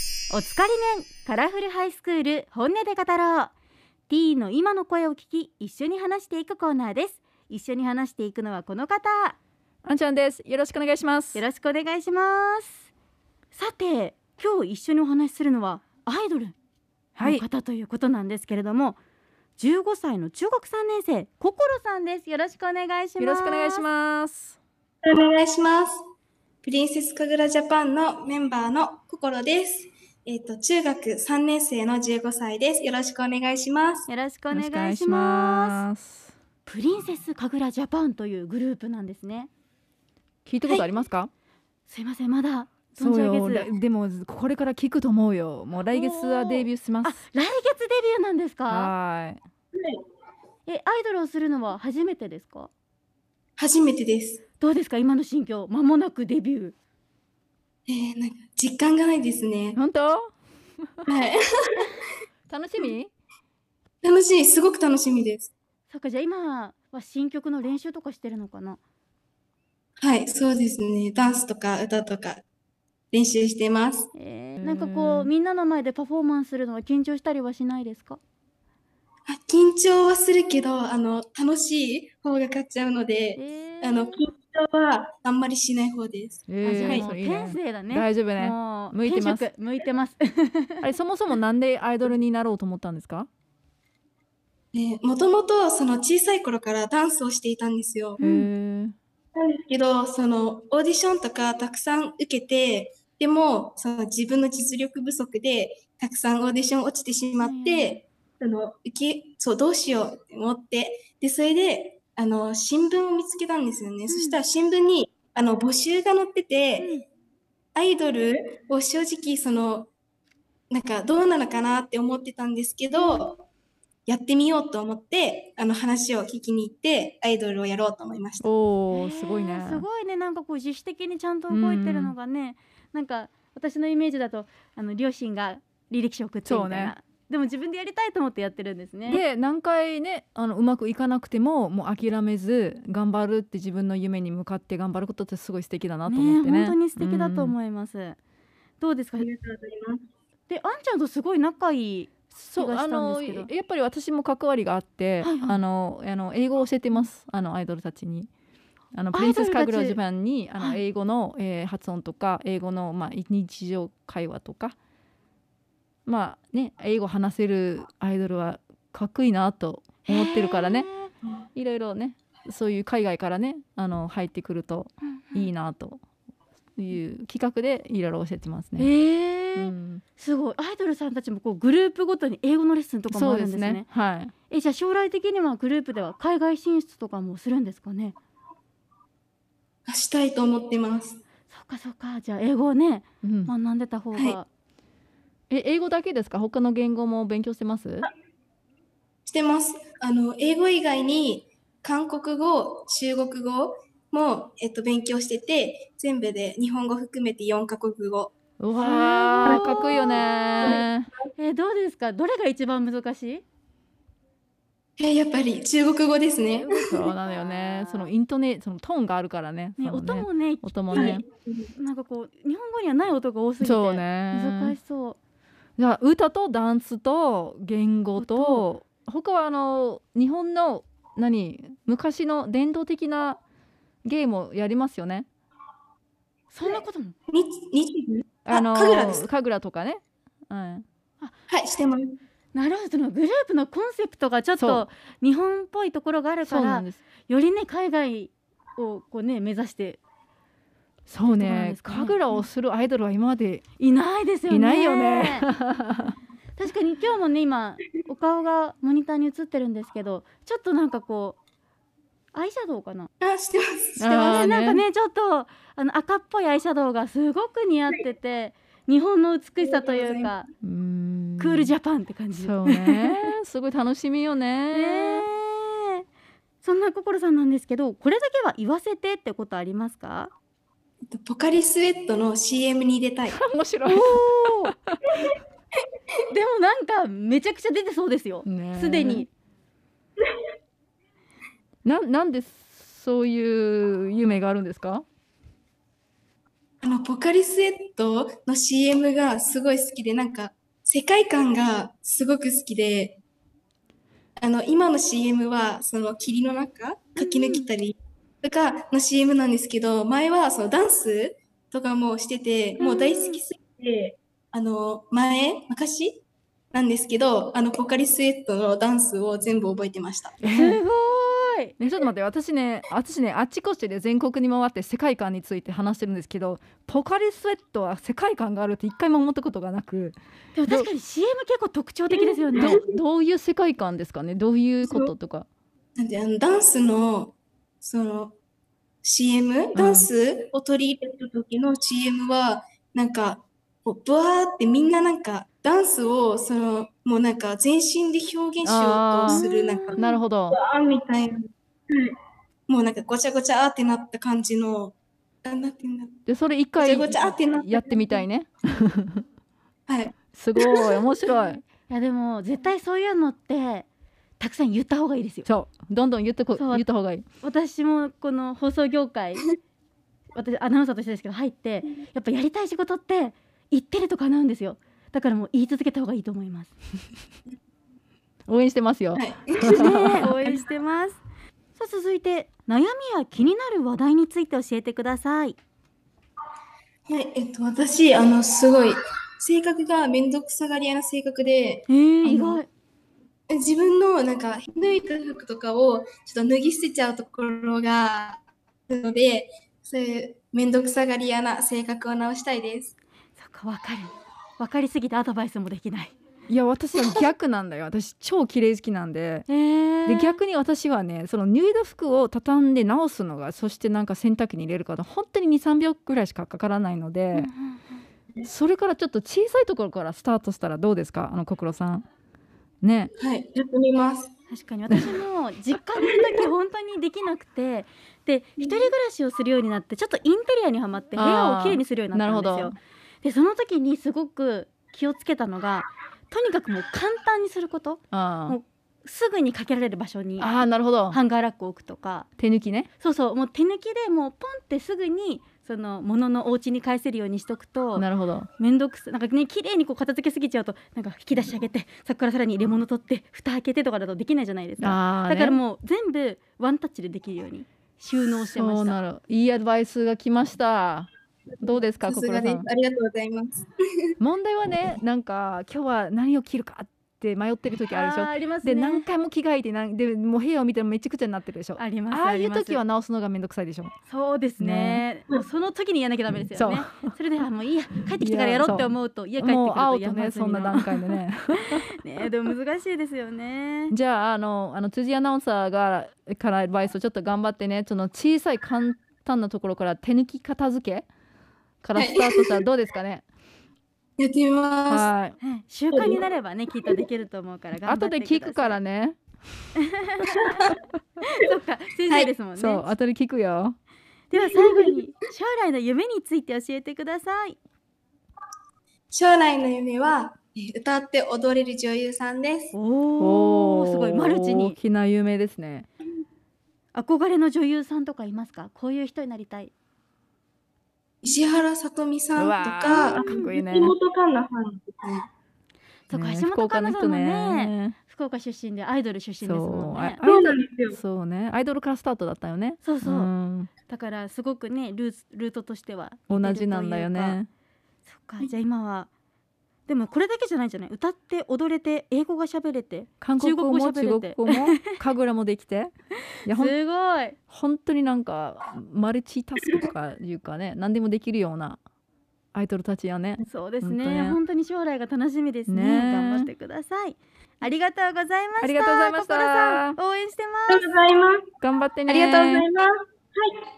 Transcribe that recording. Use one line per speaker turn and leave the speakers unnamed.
リネンカラフルハイスクール本音で語ろう T の今の声を聞き一緒に話していくコーナーです一緒に話していくのはこの方
あんちゃんです。よろしくお願いします。
よろしくお願いしますさて今日一緒にお話しするのはアイドルの。方ということなんですけれども、15歳の中学3年生心さんですよろしくお願いします
よろしくお願いし
す
ます。
お願いします。プリンセスかぐらジャパンのメンバーの心です。えっ、と、中学3年生の15歳です。よろしくお願いします。
よろしくお
お
願いします
す。
プリンセス神楽ジャパンというグループなんですね
聞いたことありますか？
すいませんまだ存
そう
じ上げ
よ。
ず
らでもこれから聞くと思うよ。もう来月はデビューしま
あ、来
す
月。デビューなんですか。
はーい。
え、アイドルをするのは初めてですか。
初めてです。
どうですか、今の心境、間もなくデビュー。
えー、なんか実感がないですね。
本当？
はい。
楽しみ？
楽しい。すごく楽しみです。
そっか、じゃあ、今は新曲の練習とかしてるのかな。
はい、そうですね。ダンスとか歌とか練習してます。
え
う
ー、
ん
なんかこう、みんなの前でパフォーマンスするのは緊張したりはしないですか。
あ緊張はするけど、あの、楽しい方が勝っちゃうので、
えー
あの、緊張はあんまりしない方です。
あじゃあ
ええ、
も
そうういいね
天。性だね。
大丈夫ね。
もう
向いてます
天職向いて ます。
あれそもそもなんでアイドルになろうと思ったんですか？
もともとその小さい頃からダンスをしていたんですよ。
へえ。
なんですけど、そのオーディションとかたくさん受けて、でもその自分の実力不足でたくさんオーディション落ちてしまって、その受け、そうどうしようって思って、で、それであの新聞を見つけたんですよね。そしたら新聞にあの募集が載ってて、アイドルを正直そのなんかどうなのかなって思ってたんですけど、やってみようと思ってあの話を聞きに行ってアイドルをやろうと思いました。
お
え
お、
ー
すごいね。
すごいねなんかこう自主的にちゃんと動いてるのがね、なんか私のイメージだとあの両親が履歴書送ってみたいな、
そうね
でも自分でやりたいと思ってやってるんですね
で何回ねあのうまくいかなくてももう諦めず頑張るって自分の夢に向かって頑張ることってすごい素敵だなと思ってね
え本当に素敵だと
うん
思います、どうですかで
がとうございます。
あんちゃんとすごい仲いい
そう
気が
あ
したん
の
ですけど
やっぱり私も関わりがあって、
はいはい
あのあの英語を教えてますあのアイドルたちに。あの
ア
プリ
イ
ン
ドル
セ
た
ス
ち
カグラジャパンにあの
はい
英語の、えー発音とか英語の、まあ、日常会話とかまあね英語話せるアイドルはかっこいいなと思ってるからねいろいろねそういう海外からねあの入ってくるといいなという企画でいろいろ教えてます
え
ね。
ー
うん
すごいアイドルさんたちもこうグループごとに英語のレッスンとかも
そ
あ
う
る
で
んですすね
ね。はい。
えじゃあ将来的にはグループでは海外進出とかもするんですかね
あしたいと思ってます。
そっかそっかじゃあ英語をね
うん
学んでた方が、
は
え英語だけですか？他の言語も勉強してます？
してます。あの英語以外に韓国語、中国語もえっと勉強してて、全部で日本語含めて4カ国語。
うわ
す
ー
ごい
かっこいい よね。
えーどうですかどれが一番難しい
えやっぱり中国語ですね。
そうなのよ ね。そのイントネそのトーンがあるからね。
ね
その
音もね
音も
は
ね
い。
なんかこう日本語にはない音が多すぎて
そうね。
難しそう
じゃあ歌とダンスと言語と他はあの日本の何昔の伝統的なゲームをやりますよね。
そんなことも
日日時あ
の
神楽ですか
神楽とかね。うん、
はい、してます。
なるほどそのグループのコンセプトがちょっ
そう
と日本っぽいところがある
そ
か
うなん
ら
です。
よりね海外をこうね目指して
そ
そ
う
うなんで
ね
す。かね
神楽をするアイドルは今まで
いないですよね
いないよね。
確かに今日もね今お顔がモニターに映ってるんですけどちょっとなんかこうアイシャドウかな
あ、してます。して
あ
ま
ー
ね
ね
なんかねちょっとあの赤っぽいアイシャドウがすごく似合ってて日本の美しさというか
うーん
クールジャパンって感じ
そうね。すごい楽しみよね。
ねえそんな心さんなんですけどこれだけは言わせてってことありますか
す。ポカリスエットの CM に出たい。
面白
お
い。
おでもなんかめちゃくちゃ出てそうですよ
ね
すでに。
なんなんでそういう夢があるんですか？
あの、ポカリスエットの CM がすごい好きで、なんか、世界観がすごく好きで、あの、今の CM は、その霧の中、駆け抜けたりとかの CM なんですけど、前はそのダンスとかもしてて、もう大好きすぎて、あの、前、昔なんですけど、あの、ポカリスエットのダンスを全部覚えてました。
え
す
ー
ごーい
ね、ちょっと待って私ね私ねあちこちで全国に回って世界観について話してるんですけどポカリスエットは世界観があるって一回も思ったことがなく
でも確かに CM 結構特徴的ですよね
どどういう世界観ですかねどういうこととか
なんで、あの、ダンスの、その、CM、ダンスを取り入れた時の CM は、なんか、こう、ブワーってみんななんか、ダンスを、その、もうなんか、全身で表現しようとする、なんか、
なるほど
あみたいな、もうなんか、ごちゃごちゃーってなった感じの、あ、なんていうんだ、
でそれ一
ごちゃ
回
ごちゃーってなった
やってみたいね
はい。
すごい面白い
いやでも絶対そういうのってたくさん言った方がいいですよ
そうどんどん言ってこ
そう
言った方がいい
私もこの放送業界 私アナウンサーとしてですけど入ってやっぱやりたい仕事って言ってると叶うんですよだからもう言い続けた方がいいと思い ます
応援してますよ、
はい。
ねえ応援してますさあ続いて悩みや気になる話題について教えてください
はい、えっと、私、あの、すごい、性格がめんどくさがり屋な性格で、
えー、
意
意
外
外
自分のなんか脱いだ服とかをちょっと脱ぎ捨てちゃうところがあるのでそういう面倒くさがり屋な性格を直したいです。
そっかわかるわかりすぎてアドバイスもできない
いや私は逆なんだよ私超綺麗好きなんで
えー
で逆に私はねその脱いだ服を畳んで直すのがそしてなんか洗濯機に入れるから本当に23秒ぐらいしかかからないの
うんう
で
ん、うん
それからちょっと小さいところからスタートしたらどうですかあのこくろさんね
はい、やってみます。
確かに私も実家にいる時本当にできなくてで一人暮らしをするようになってちょっとインテリアにはまって部屋をきれいにするようにな
なる
った
ほ
んですよで
ど
その時にすごく気をつけたのがとにかくもう簡単にすること
あ
も
ー
うすぐにかけられる場所に
あーなるほど
ハンガーラックを置くとか
手抜きね
そうそうもう手抜きでもうポンってすぐにその物のお家に返せるようにしとくと
なるほど
面倒くさなんかね綺麗にこう片付けすぎちゃうとなんか引き出し上げてそこからさらに入れ物取って蓋開けてとかだとできないじゃないですか。
あー
だから
ね
もう全部ワンタッチでできるように収納してま
そう
し
な
た。
るいいアドバイスが来ましたどうですか
さ
こ
す
くろ
がで
さ
す
ん。
ありがとうございます。
問題はねなんか今日は何を着るかって迷ってる時あるでしょ
ーありますね。
で何回も着替えてなんでもう部屋を見てもめちゃくちゃになってるでしょ
あります。
ああいう
ります
時は直すのがめんどくさいでしょ
そうですね。もうその時にやらなきゃダメですよね。それであもういいや帰ってきてからやろうって思うと家帰ってく
も
る
う
と
青
や
と
ま
ね
ずに
そんな段階でね
ねでも難しいですよね。
じゃああのあの辻アナウンサーがからアドバイスをちょっと頑張ってねその小さい簡単なところから手抜き片付けからスタートしたらどうです かね
やってみます。
はい
はい習慣になればねきっとできると思うから頑張
後
って
で
ください。
聞くからね
そっか先生ですもんね。
そう後で聞くよ
では最後に将来の夢について教えてください。
将来の夢はえー歌って踊れる女優さんです。
おおすごいマルチ
大
に
きな有名ですね
憧れの女優さんとかいますかこういう人になりたい。
石原さとみさ
う
んと
わー
か、
かっこいいね
橋本環奈さんですね。
そうか、
ね
橋本環奈さんも
福岡の人
ね
ね
福岡出身でアイドル出身ですもん
そうあ
ね。
そうなんですよ。
そうねアイドルからスタートだったよね
そうそう、
ん
だからすごくねルーツルートとしては
同じなんだよね
似てるというか。そっかじゃあ今はでもこれだけじゃないんじゃない歌って踊れて英語が喋れて
韓国語も中
中国語喋れ
国
て
語も神楽もでき ていや
す
ほ
ご
ん
い
本当になんかマルチタスクとかいうかね何でもできるようなアイドルたちやね
そうです
本当
ね
ね
本当に将来が楽しみですね
ね
頑張ってくださいありがとうございました
ありがとうございました
心さん応援してます
ありがとうございます。
頑張って
あ
ね
りがとうございます。はい。